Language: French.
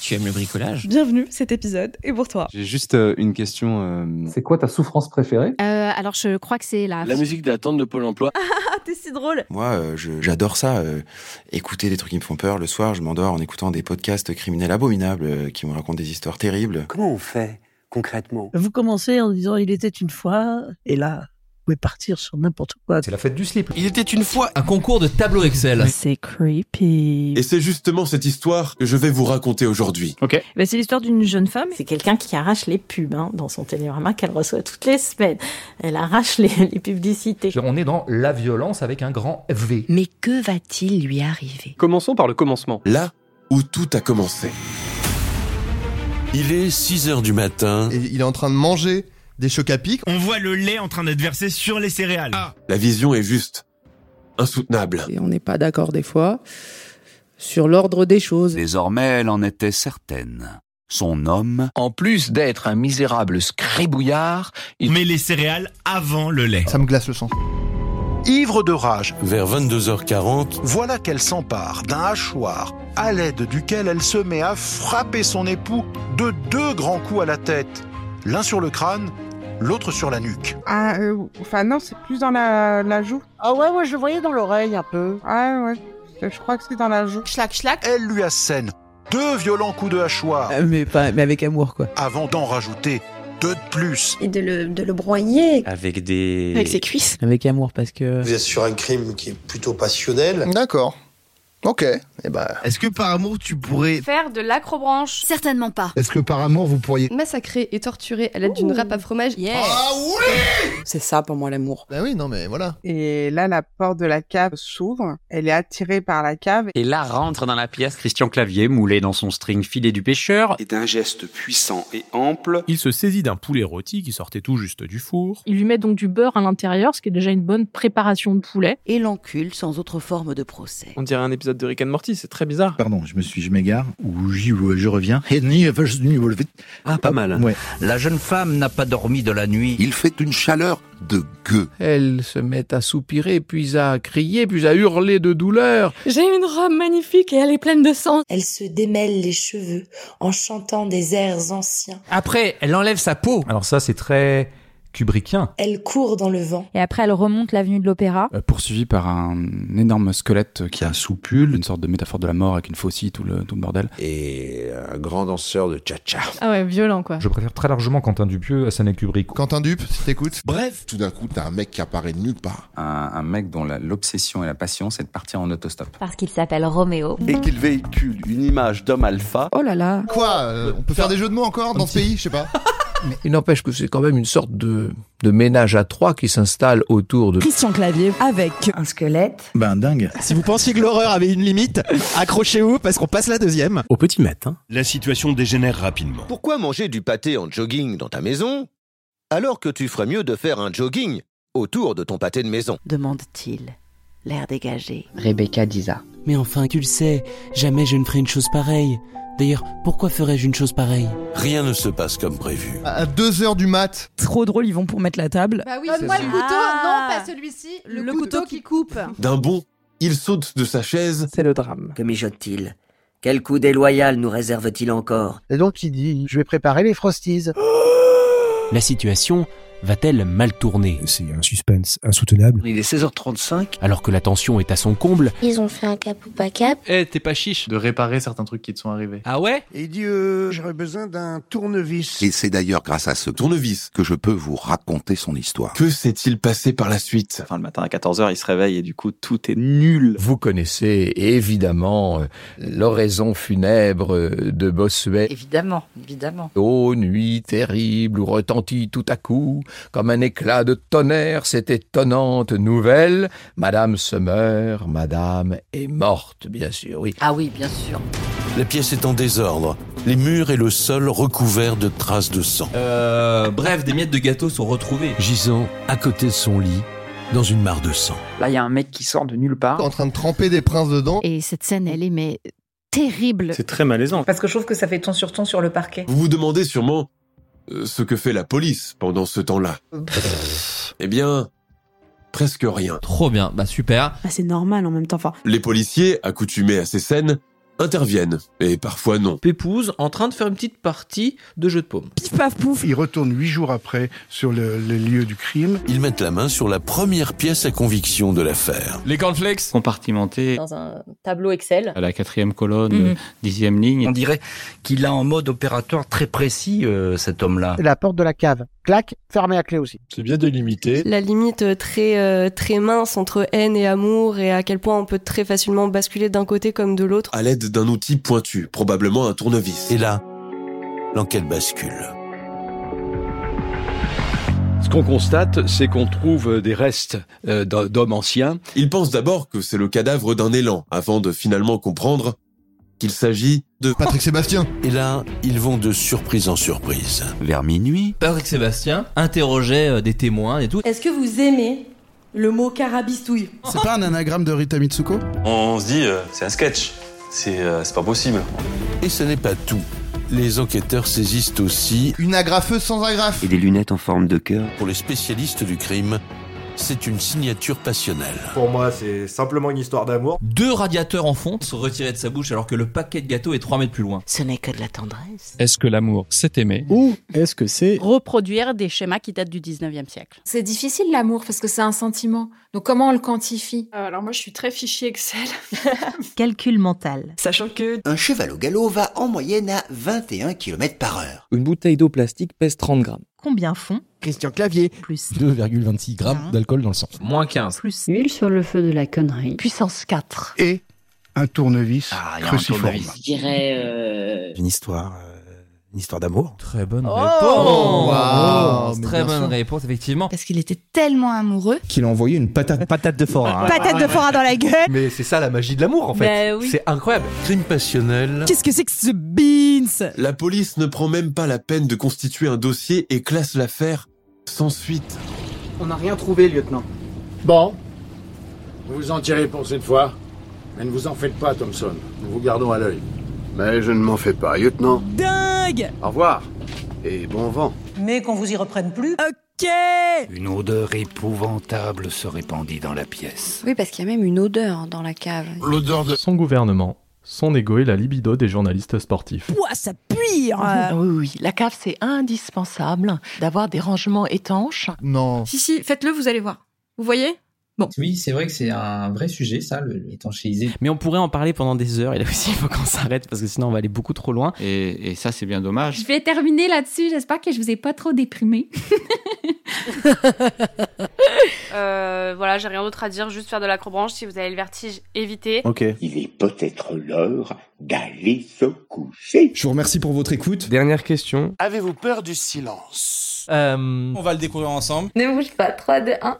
tu aimes le bricolage. Bienvenue, cet épisode est pour toi. J'ai juste euh, une question. euh, C'est quoi ta souffrance préférée Euh, alors, je crois que c'est la... La musique d'attente de Pôle emploi. Ah, t'es si drôle Moi, euh, je- j'adore ça. euh, écouter des trucs qui me font peur. Le soir, je m'endors en écoutant des podcasts criminels abominables euh, qui me racontent des histoires terribles. Comment on fait concrètement Vous commencez en disant il était une fois, et là, vous pouvez partir sur n'importe quoi. C'est la fête du slip. Il était une fois un concours de tableau Excel. Bah, C'est creepy. Et c'est justement cette histoire que je vais vous raconter aujourd'hui. Bah, Ben, c'est l'histoire d'une jeune femme. C'est quelqu'un qui arrache les pubs hein, dans son télérama qu'elle reçoit toutes les semaines. Elle arrache les, les publicités. On est dans la violence avec un grand V. Mais que va-t-il lui arriver Commençons par le commencement. Là où tout a commencé. Il est 6 heures du matin. Et il est en train de manger des chocs à pic. On voit Bah, le lait en train d'être versé sur les céréales. La vision est juste insoutenable. Et on n'est pas d'accord des fois sur l'ordre des choses. Désormais, elle en était certaine. Son homme, En plus d'être un misérable scribouillard, il met les céréales avant le lait. Ça me glace le sang. Ivre de rage, vers 22h40, voilà qu'elle s'empare d'un hachoir à l'aide duquel elle se met à frapper son époux de deux grands coups à la tête, l'un sur le crâne, l'autre sur la nuque. Ah, euh, enfin non, c'est plus dans la, la joue. Ah ouais, moi je le voyais dans l'oreille un peu. Ah ouais, je crois que c'est dans la joue. Schlac, schlac. Elle lui assène deux violents coups de hachoir Euh, Mais, pas, mais avec amour quoi. avant d'en rajouter deux de plus. Et de le, de le broyer Avec des. avec ses cuisses. Avec amour parce que... êtes sur un crime qui est plutôt passionnel. D'accord. Ok. Et ben. Est-ce que par amour tu pourrais. Faire de l'acrobranche. Certainement Ah. pas. Est-ce que par amour vous pourriez... Massacrer et torturer à l'aide d'une râpe à fromage. Ah C'est ça pour moi l'amour. Bah oui, non mais voilà. Et là, la porte de la cave s'ouvre. Elle est attirée par la cave. Et là rentre dans la pièce Christian Clavier, moulé dans son string filet du pêcheur. Et d'un geste puissant et ample, Il se saisit d'un poulet rôti qui sortait tout juste du four. Il lui met donc du beurre à l'intérieur, ce qui est déjà une bonne préparation de poulet. Et l'encule sans autre forme de procès. On dirait un épisode de Rick and Morty, c'est très bizarre. Pardon, je me suis, je m'égare, ou j'y, ou je reviens. Et ni- enfin, je- ni- Ah, pas mal. Ouais. La jeune femme n'a pas dormi de la nuit. il fait une chaleur de gueux. Elle se met à soupirer, puis à crier, puis à hurler de douleur. J'ai une robe magnifique et elle est pleine de sang. Elle se démêle les cheveux en chantant des airs anciens. Après, elle enlève sa peau. Alors ça, c'est très Kubrickien. Elle court dans le vent. Et après, elle remonte l'avenue de l'Opéra. Poursuivi Euh, par un énorme squelette qui a un soupule, une sorte de métaphore de la mort avec une faucille, tout le, tout le bordel. Et un grand danseur de cha-cha. Ah ouais, violent quoi. Je préfère très largement Quentin Dupieux à Stanley Kubrick. Quentin Dupe, si t'écoutes. Bref, Tout d'un coup, t'as un mec qui apparaît de nulle part. Un, un mec dont la- l'obsession et la passion, c'est de partir en autostop. Parce qu'il s'appelle Roméo. Et qu'il véhicule une image d'homme alpha. Oh là là. Quoi euh, On peut faire des jeux de mots encore dans ce pays Je sais pas. Il n'empêche que c'est quand même une sorte de, de ménage à trois qui s'installe autour de... Christian Clavier avec Un squelette. Ben dingue. Si vous pensiez que l'horreur avait une limite, accrochez-vous parce qu'on passe la deuxième. Au petit matin. La situation dégénère rapidement. Pourquoi manger du pâté en jogging dans ta maison alors que tu ferais mieux de faire un jogging autour de ton pâté de maison Demande-t-il, l'air dégagé. Rebecca Disa. Mais enfin, tu le sais, jamais je ne ferai une chose pareille. D'ailleurs, pourquoi ferais-je une chose pareille Rien ne se passe comme prévu. À 2 heures du mat. Trop drôle, ils vont pour mettre la table. Bah oui, Donne-moi c'est le ça. couteau. Ah. Non, pas celui-ci, le Le couteau couteau qui qui coupe. D'un bond, il saute de sa chaise. C'est le drame. Que mijote-t-il Quel coup déloyal nous réserve-t-il encore Et donc, il dit Je vais préparer les Frosties. Oh, La situation va-t-elle mal tourner C'est un suspense insoutenable. Il est 16h35. alors que la tension est à son comble Ils ont fait un cap ou pas cap. Eh, t'es pas chiche. De réparer certains trucs qui te sont arrivés. Ah ouais Et Dieu, j'aurais besoin d'un tournevis. Et c'est d'ailleurs grâce à ce Tournevis, que je peux vous raconter son histoire. que s'est-il passé par la suite Enfin, le matin à 14h, il se réveille et du coup, tout est nul. Vous connaissez évidemment euh, l'oraison funèbre euh, de Bossuet. Évidemment, évidemment. Oh, Ô nuit terrible où retentit tout à coup, comme un éclat de tonnerre, cette étonnante nouvelle. Madame se meurt, Madame est morte, bien sûr, oui. Ah oui, bien sûr. La pièce est en désordre, les murs et le sol recouverts de traces de sang. Euh, bref, des miettes de gâteau sont retrouvées. Gisant à côté de son lit, dans une mare de sang. Là, il y a un mec qui sort de nulle part. En train de tremper des princes dedans. Et cette scène, elle est mais terrible. C'est très malaisant. Parce que je trouve que ça fait ton sur ton sur le parquet. Vous vous demandez sûrement euh, ce que fait la police pendant ce temps-là. eh bien, presque rien. Trop bien, bah super. Bah, c'est normal en même temps. Enfin, Les policiers, accoutumés à ces scènes, interviennent, et parfois non. Pépouze en train de faire une petite partie de jeu de paume. Pif paf pouf Ils retournent huit jours après sur le, les lieux du crime. Ils mettent la main sur la première pièce à conviction de l'affaire. Les cornflakes compartimentés dans un tableau Excel. à la quatrième colonne, Mhm. euh, dixième ligne. On dirait qu'il a en mode opératoire très précis, euh, cet homme-là. La porte de la cave. Clac, fermée à clé aussi. C'est bien délimité. La limite euh, très, euh, très mince entre haine et amour et à quel point on peut très facilement basculer d'un côté comme de l'autre. à l'aide d'un outil pointu, probablement un tournevis. Et là, l'enquête bascule. Ce qu'on constate, c'est qu'on trouve des restes euh, d'ho- d'hommes anciens. Il pense d'abord que c'est le cadavre d'un élan, avant de finalement comprendre qu'il s'agit de Patrick Sébastien. Et là, ils vont de surprise en surprise. Vers minuit. Patrick Sébastien interrogeait euh, des témoins et tout. Est-ce que vous aimez le mot carabistouille C'est pas un anagramme de Rita Mitsuko On se dit, euh, c'est un sketch. C'est euh, c'est pas possible. Et ce n'est pas tout. Les enquêteurs saisissent aussi Une agrafeuse sans agrafe. et des lunettes en forme de cœur. Pour les spécialistes du crime, c'est une signature passionnelle. Pour moi, c'est simplement une histoire d'amour. Deux radiateurs en fonte sont retirés de sa bouche alors que le paquet de gâteaux est 3 mètres plus loin. Ce n'est que de la tendresse. Est-ce que l'amour, c'est aimer Ou est-ce que c'est Reproduire des schémas qui datent du 19e siècle. C'est difficile l'amour parce que c'est un sentiment. Donc comment on le quantifie alors moi je suis très fichier Excel. Calcul mental. Sachant que... Un cheval au galop va en moyenne à 21 km par heure. Une bouteille d'eau plastique pèse 30 grammes. Combien font Christian Clavier. Plus 2,26 grammes d'alcool dans le sang. Moins 15. Plus Huile sur le feu de la connerie. Puissance 4. Et un tournevis Ah, il y a un cruciforme. tournevis. Je dirais... euh, Une histoire, une histoire d'amour. Très bonne Oh réponse. Waouh, mais Très bien bonne sûr. réponse, effectivement. Parce qu'il était tellement amoureux. Qu'il a envoyé une patate, Ah patate de forain. Patate de forain dans la gueule. Mais c'est ça la magie de l'amour en fait. Bah oui. C'est incroyable. Crime passionnel. Qu'est-ce que c'est que ce beans La police ne prend même pas la peine de constituer un dossier et classe l'affaire sans suite. On n'a rien trouvé, lieutenant. Bon. Vous vous en tirez pour cette fois. Mais ne vous en faites pas, Thompson. Nous vous gardons à l'œil. Mais je ne m'en fais pas, lieutenant. Dingue Au revoir. Et bon vent. Mais qu'on vous y reprenne plus. Ok Une odeur épouvantable se répandit dans la pièce. Oui, parce qu'il y a même une odeur dans la cave. L'odeur de... Son gouvernement, son ego et la libido des journalistes sportifs. Ouah, ça pire Ah Oui, oui, la cave, c'est indispensable d'avoir des rangements étanches. Non. Si, si, faites-le, vous allez voir. Vous voyez Oui, c'est vrai que c'est un vrai sujet, ça, le- l'étanchéisé. Mais on pourrait en parler pendant des heures, et là aussi, il faut qu'on s'arrête, parce que sinon, on va aller beaucoup trop loin. Et, et ça, c'est bien dommage. Je vais terminer là-dessus, j'espère que je vous ai pas trop déprimé. Euh, voilà, j'ai rien d'autre à dire, juste faire de l'acrobranche. Si vous avez le vertige, évitez. Il est peut-être l'heure d'aller se coucher. Je vous remercie pour votre écoute. Dernière question. Avez-vous peur du silence Euh, On va le découvrir ensemble. Ne bouge pas, 3, 2, 1.